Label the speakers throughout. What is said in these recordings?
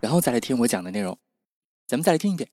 Speaker 1: 然后再来听我讲的内容。咱们再来听一遍。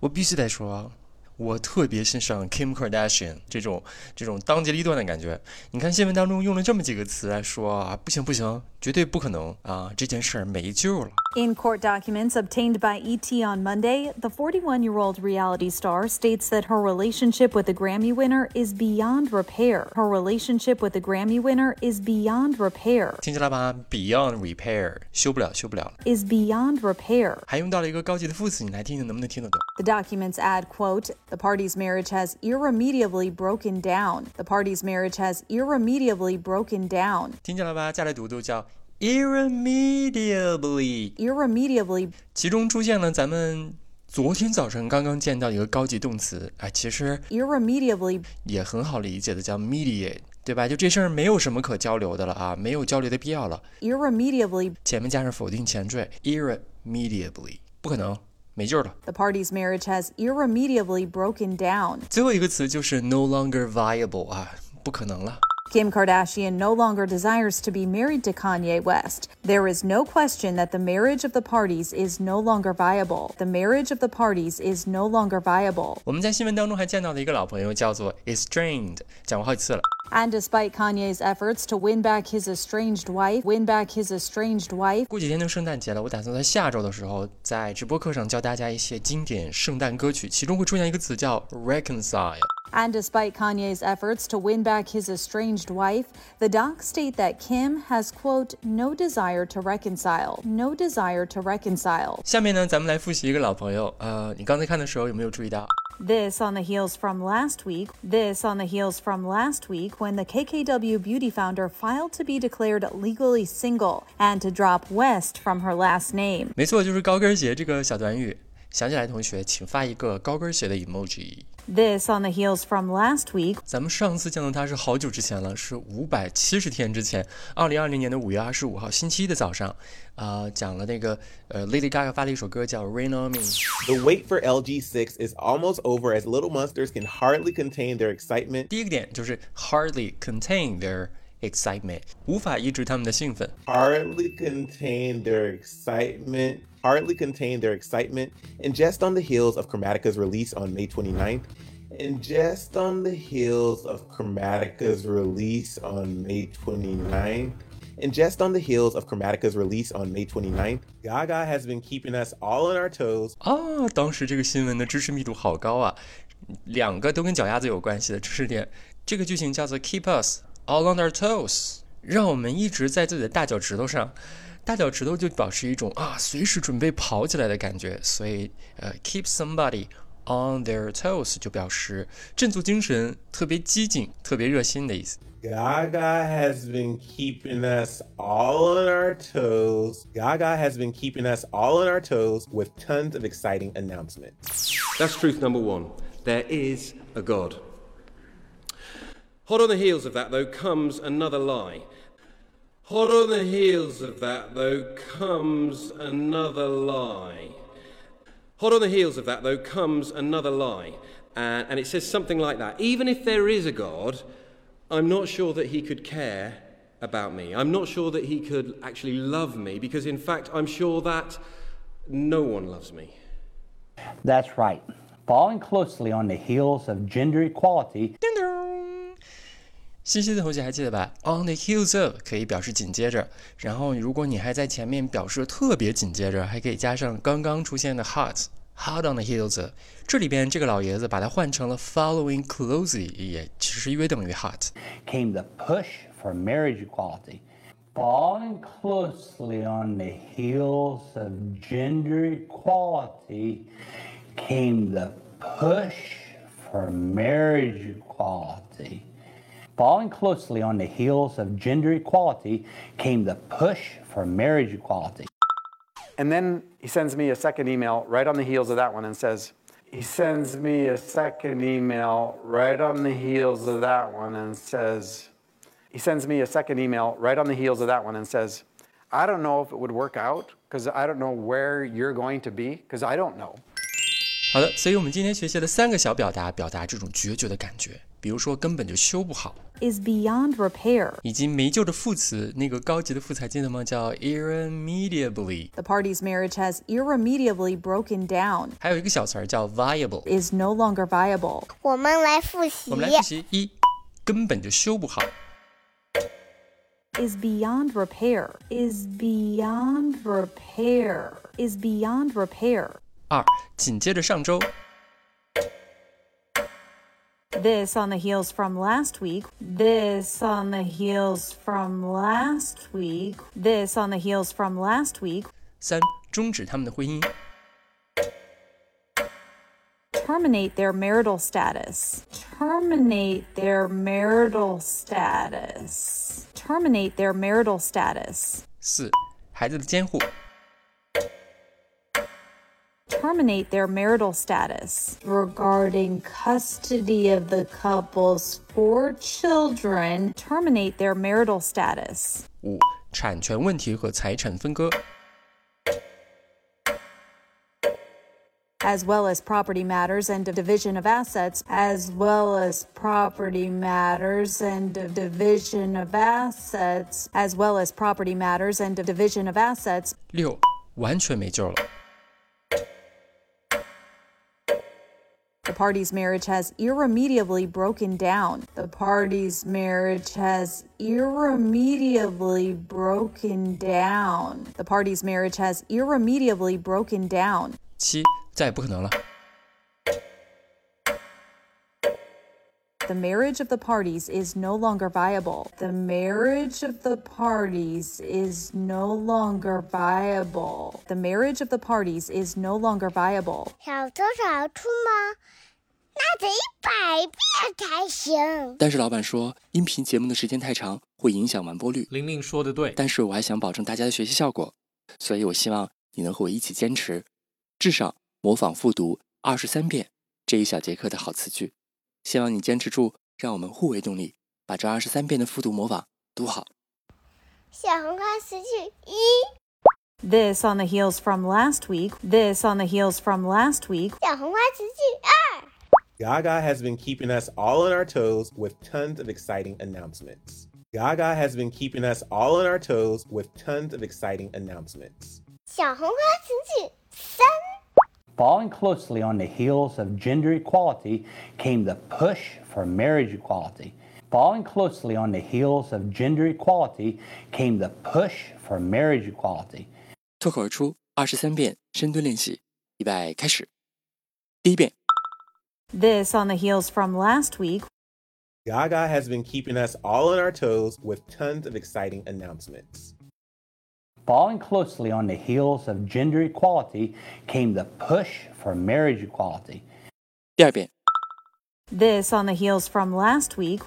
Speaker 2: 我必须得说啊，我特别欣赏 Kim Kardashian 这种这种当机立断的感觉。你看新闻当中用了这么几个词来说啊，不行不行，绝对不可能啊，这件事儿没救了。
Speaker 3: In court documents obtained by ET on Monday, the 41 year old reality star states that her relationship with the Grammy winner is beyond repair. Her relationship with the Grammy winner is beyond repair.
Speaker 2: 听见了吧？Beyond repair，修不了，修不了了。
Speaker 3: Is beyond repair.
Speaker 2: 还用到了一个高级的副词，你来听听能不能听得懂？
Speaker 3: The documents add, quote, the party's marriage has irremediably broken down. The party's marriage has irremediably broken down.
Speaker 2: 听见了吧？再来读读，叫 irremediably。
Speaker 3: Irremediably
Speaker 2: 其中出现了咱们昨天早晨刚刚见到一个高级动词，哎，其实
Speaker 3: irremediably
Speaker 2: 也很好理解的，叫 mediate，对吧？就这事儿没有什么可交流的了啊，没有交流的必要了。
Speaker 3: irremediably
Speaker 2: 前面加上否定前缀，irremediably，不可能，没救了。
Speaker 3: the party's marriage has irremediably broken down
Speaker 2: 最后一个词就是 no longer viable 啊，不可能了。
Speaker 3: Kim Kardashian no longer desires to be married to Kanye West. There is no question that the marriage of the parties is no longer viable. The marriage of the parties is no longer viable.
Speaker 2: 我们在新闻当中还见到了一个老朋友，叫做 estranged，讲过好几次了。
Speaker 3: And despite Kanye's efforts to win back his estranged wife, win back his estranged wife,
Speaker 2: 过几天就圣诞节了，我打算在下周的时候在直播课上教大家一些经典圣诞歌曲，其中会出现一个词叫 reconcile。
Speaker 3: and despite Kanye's efforts to win back his estranged wife, the docs state that Kim has, quote, no desire to reconcile, no desire to reconcile.
Speaker 2: 下面呢，咱们来复习一个老朋友。呃，你刚才看的时候有没有注意到？
Speaker 3: This on the heels from last week. This on the heels from last week when the KKW beauty founder filed to be declared legally single and to drop West from her last name.
Speaker 2: 没错，就是高跟鞋这个小短语。想起来，同学，请发一个高跟鞋的 emoji。
Speaker 3: This on the heels from last week
Speaker 2: 咱们上次见到它是好久之前了，是五百七十天之前，二零二零年的五月二十五号星期一的早上，啊、讲了那个呃，Lady Gaga 发了一首歌叫《Rain on Me》。
Speaker 4: The wait for LG6 is almost over as little monsters can hardly contain their excitement.
Speaker 2: 第一个点就是 hardly contain their excitement，无法抑制他们的兴奋。
Speaker 4: Hardly contain their excitement. Hardly contain their excitement. And just on the heels of Chromatica's release on May 29th, and just on the heels of Chromatica's release on May 29th, and just on the heels of Chromatica's release on May 29th, Gaga has been keeping us all on our toes
Speaker 2: 啊，当时这个新闻的知识密度好高啊，两个都跟脚丫子有关系的知识点。这个剧情叫做 Keep us all on our toes，让我们一直在自己的大脚趾头上，大脚趾头就保持一种啊随时准备跑起来的感觉。所以呃，keep somebody on their toes 就表示振作精神、特别激进、特别热心的意思。
Speaker 4: Gaga has been keeping us all on our toes. Gaga has been keeping us all on our toes with tons of exciting announcements.
Speaker 5: That's truth number one. There is a God. Hot on the heels of that, though, comes another lie. Hot on the heels of that, though, comes another lie. Hot on the heels of that, though, comes another lie. And, and it says something like that. Even if there is a God, I'm not sure that he could care about me. I'm not sure that he could actually love me because, in fact, I'm sure that no one loves me.
Speaker 6: That's right. Following closely on the heels of gender equality
Speaker 2: 西西的同学还记得吧？On the heels of 可以表示紧接着，然后如果你还在前面表示特别紧接着，还可以加上刚刚出现的 hot hot on the heels of。这里边这个老爷子把它换成了 following closely，也其实约等于 hot。
Speaker 6: came the push for marriage equality. Following closely on the heels of gender equality came the push for marriage equality. Following closely on the heels of gender equality came the push for marriage equality.
Speaker 7: And then he sends me a second email right on the heels of that one and says, he sends me a second email right on the heels of that one and says, he sends me a second email right on the heels of that one and says, I don't know if it would work out because I don't know where you're going to be because I don't know.
Speaker 2: 好的，所以我们今天学习了三个小表达，表达这种决绝的感觉，比如说根本就修不好，
Speaker 3: is beyond repair.
Speaker 2: 以及没救的副词，那个高级的副词还记得吗？叫 irremediably，
Speaker 3: The party's marriage has irremediably broken down,
Speaker 2: 还有一个小词儿叫 viable。
Speaker 3: is no longer viable.
Speaker 8: 我们来复习
Speaker 2: 我们来复习一，根本就修不好。
Speaker 3: is beyond repair, is beyond repair, is beyond repair.
Speaker 2: 二，紧接着上周
Speaker 3: This on the heels from last week. This on the heels from last week. This on the heels from last week.
Speaker 2: 三，终止他们的婚姻。
Speaker 3: Terminate their marital status. Terminate their marital status. Terminate their marital status.
Speaker 2: 四，孩子的监护。
Speaker 3: Terminate their marital status. Regarding custody of the couple's four children. Terminate their marital status.
Speaker 2: 五，产权问题和财产分割。
Speaker 3: as well as property matters and division of assets, as well as property matters and division of assets, as well as property matters and division of assets,
Speaker 2: 六，完全没救了。
Speaker 3: The party's marriage has irremediably broken down. The party's marriage has irremediably broken down. The party's marriage has irremediably broken down.
Speaker 2: 七，再也不可能了。
Speaker 3: The marriage of the parties is no longer viable. The marriage of the parties is no longer viable. The marriage of the parties is no longer viable.
Speaker 8: 小偷小兔吗？那得一百遍才行。
Speaker 1: 但是老板说，音频节目的时间太长，会影响完播率。
Speaker 9: 玲玲说的对，
Speaker 1: 但是我还想保证大家的学习效果，所以我希望你能和我一起坚持，至少模仿复读二十三遍这一小节课的好词句。希望你坚持住，让我们互为动力，把这二十三遍的复读模仿读好。
Speaker 8: 小红花词句一，
Speaker 3: This on the heels from last week. This on the heels from last week.
Speaker 8: 小红花词句二，
Speaker 4: Gaga has been keeping us all on our toes with tons of exciting announcements. Gaga has been keeping us all on our toes with tons of exciting announcements.
Speaker 8: 小红花词句三，
Speaker 6: Following closely on the heels of gender equality came the push for marriage equality. Following closely on the heels of gender equality came the push for marriage equality.
Speaker 1: 脱口而出二十三遍深蹲练习，预备开始。第一遍，
Speaker 3: This on the heels from last week.
Speaker 4: Gaga has been keeping us all on our toes with tons of exciting announcements.
Speaker 6: Following closely on the heels of gender equality came the push for marriage equality.
Speaker 1: 第二遍，
Speaker 3: This on the heels from last week.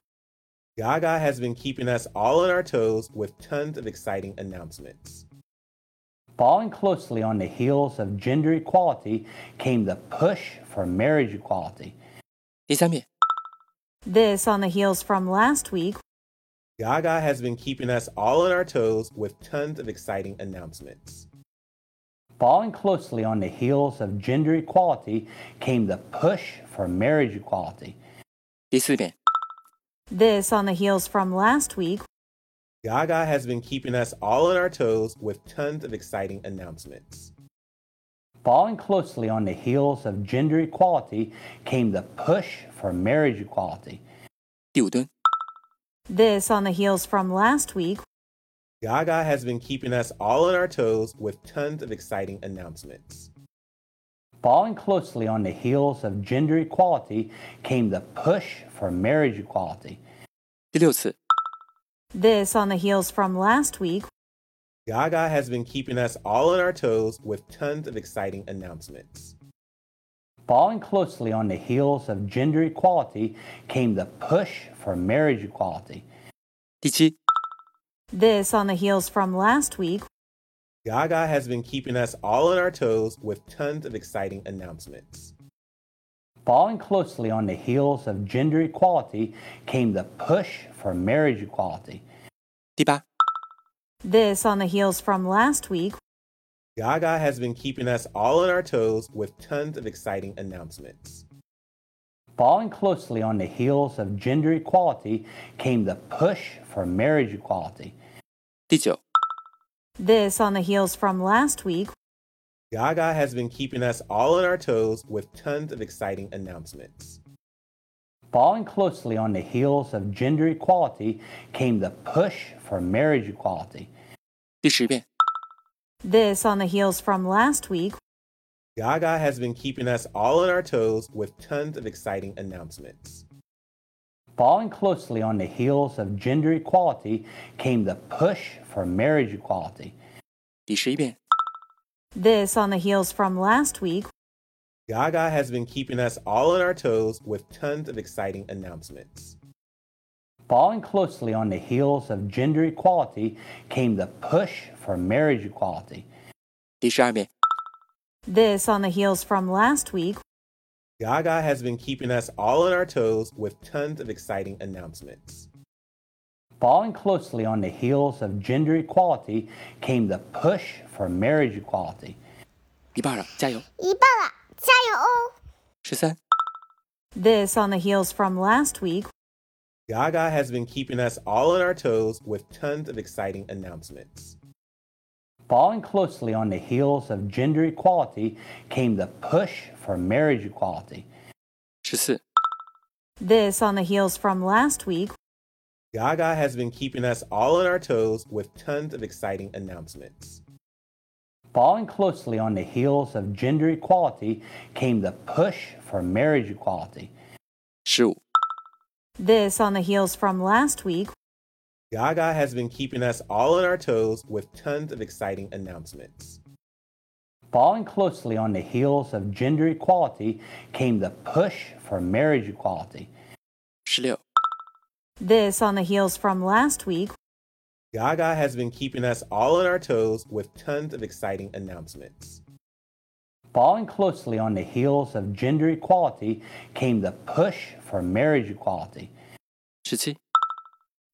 Speaker 4: Gaga has been keeping us all on our toes with tons of exciting announcements.
Speaker 6: Following closely on the heels of gender equality came the push for marriage equality.
Speaker 1: 第三遍，
Speaker 3: This on the heels from last week.
Speaker 4: Gaga has been keeping us all on our toes with tons of exciting announcements.
Speaker 6: Following closely on the heels of gender equality came the push for marriage equality.
Speaker 1: 第四遍，
Speaker 3: This on the heels from last week.
Speaker 4: Gaga has been keeping us all on our toes with tons of exciting announcements.
Speaker 6: Following closely on the heels of gender equality came the push for marriage equality.
Speaker 1: 第五蹲，
Speaker 3: This on the heels from last week.
Speaker 4: Gaga has been keeping us all on our toes with tons of exciting announcements.
Speaker 6: Following closely on the heels of gender equality came the push for marriage equality.
Speaker 1: 第六次，
Speaker 3: This on the heels from last week.
Speaker 4: Gaga has been keeping us all on our toes with tons of exciting announcements.
Speaker 6: Following closely on the heels of gender equality came the push for marriage equality.
Speaker 1: 第七，
Speaker 3: This on the heels from last week.
Speaker 4: Gaga has been keeping us all on our toes with tons of exciting announcements.
Speaker 6: Following closely on the heels of gender equality came the push for marriage equality.
Speaker 1: 第八、
Speaker 3: This on the heels from last week,
Speaker 4: Gaga has been keeping us all on our toes with tons of exciting announcements.
Speaker 6: Following closely on the heels of gender equality came the push for marriage equality.
Speaker 1: 第九、
Speaker 3: this on the heels from last week,
Speaker 4: Gaga has been keeping us all on our toes with tons of exciting announcements.
Speaker 6: Following closely on the heels of gender equality came the push for marriage equality.
Speaker 1: 第十遍、
Speaker 3: this on the heels from last week,
Speaker 4: Gaga has been keeping us all on our toes with tons of exciting announcements.
Speaker 6: Following closely on the heels of gender equality came the push for marriage equality.
Speaker 1: 第十一遍、
Speaker 3: this on the heels from last week,
Speaker 4: Gaga has been keeping us all on our toes with tons of exciting announcements.
Speaker 6: Following closely on the heels of gender equality came the push for marriage equality.
Speaker 1: 第十二遍、
Speaker 3: this on the heels from last week,
Speaker 4: Gaga has been keeping us all on our toes with tons of exciting announcements.
Speaker 6: Following closely on the heels of gender equality came the push for marriage equality.
Speaker 1: 一半了，加油！
Speaker 8: 一半了，加油哦！
Speaker 1: 十三、
Speaker 3: this on the heels from last week,
Speaker 4: Gaga has been keeping us all on our toes with tons of exciting announcements.
Speaker 6: Following closely on the heels of gender equality came the push for marriage equality.
Speaker 1: 十四、
Speaker 3: this on the heels from last week,
Speaker 4: Gaga has been keeping us all on our toes with tons of exciting announcements.
Speaker 6: Following closely on the heels of gender equality came the push for marriage equality.
Speaker 1: 十五、
Speaker 3: this on the heels from last week,
Speaker 4: Gaga has been keeping us all on our toes with tons of exciting announcements.
Speaker 6: Following closely on the heels of gender equality came the push for marriage equality.
Speaker 1: 十六、
Speaker 3: this on the heels from last week,
Speaker 4: Gaga has been keeping us all on our toes with tons of exciting announcements.
Speaker 6: Following closely on the heels of gender equality came the push for marriage equality.
Speaker 1: 十七、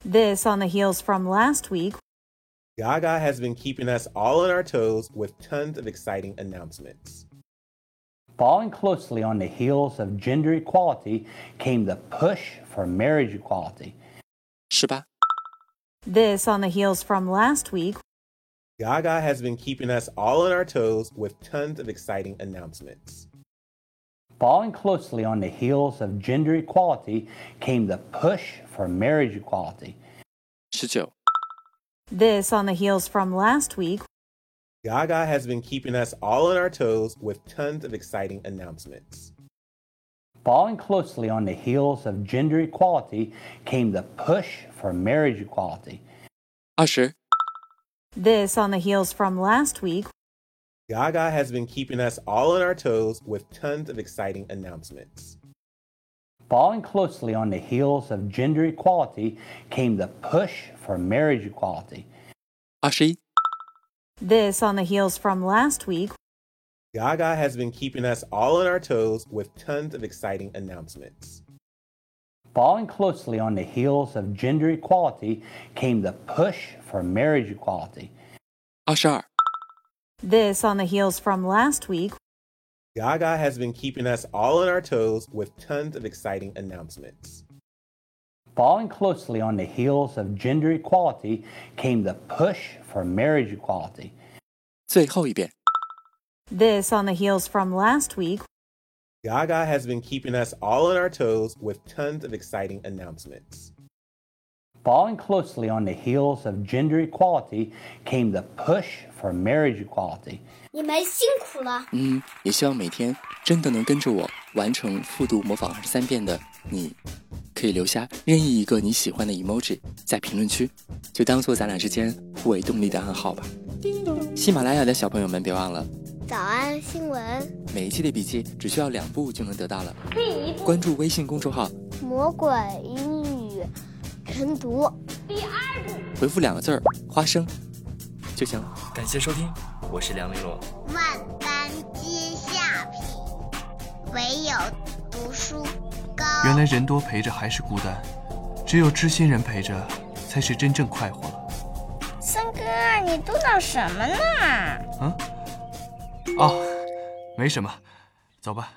Speaker 3: this on the heels from last week,
Speaker 4: Gaga has been keeping us all on our toes with tons of exciting announcements.
Speaker 6: Following closely on the heels of gender equality came the push for marriage equality.
Speaker 1: 十八、
Speaker 3: this on the heels from last week,
Speaker 4: Gaga has been keeping us all on our toes with tons of exciting announcements.
Speaker 6: Following closely on the heels of gender equality came the push for marriage equality.
Speaker 1: 十九、
Speaker 3: this on the heels from last week,
Speaker 4: Gaga has been keeping us all on our toes with tons of exciting announcements.
Speaker 6: Following closely on the heels of gender equality came the push for marriage equality.
Speaker 1: 二十、
Speaker 3: this on the heels from last week,
Speaker 4: Gaga has been keeping us all on our toes with tons of exciting announcements.
Speaker 6: Following closely on the heels of gender equality came the push for marriage equality.
Speaker 1: 二十一、
Speaker 3: this on the heels from last week,
Speaker 4: Gaga has been keeping us all on our toes with tons of exciting announcements.
Speaker 6: Following closely on the heels of gender equality came the push for marriage equality.
Speaker 1: 二十二、
Speaker 3: this on the heels from last week,
Speaker 4: Gaga has been keeping us all on our toes with tons of exciting announcements.
Speaker 6: Following closely on the heels of gender equality came the push for marriage equality.
Speaker 1: 最后一遍。
Speaker 3: this on the heels from last week,
Speaker 4: Gaga has been keeping us all on our toes with tons of exciting announcements.
Speaker 6: Following closely on the heels of gender equality came the push for marriage equality.
Speaker 10: 你们辛苦了，
Speaker 1: 嗯，也希望每天真的能跟着我完成复读模仿二十三遍的你，可以留下任意一个你喜欢的 emoji 在评论区，就当做咱俩之间互为动力的暗号吧。喜马拉雅的小朋友们，别忘了
Speaker 8: 早安新闻，
Speaker 1: 每一期的笔记只需要两步就能得到了。
Speaker 10: 可以一步
Speaker 1: 关注微信公众号，
Speaker 8: 魔鬼英语晨读。
Speaker 1: 回复两个字儿“花生”，
Speaker 2: 就行了。感谢收听，我是梁丽罗。
Speaker 8: 万般皆下品，唯有读书高。
Speaker 1: 原来人多陪着还是孤单，只有知心人陪着才是真正快活了。
Speaker 8: 三哥，你嘟囔什么呢？
Speaker 1: 哦，没什么，走吧。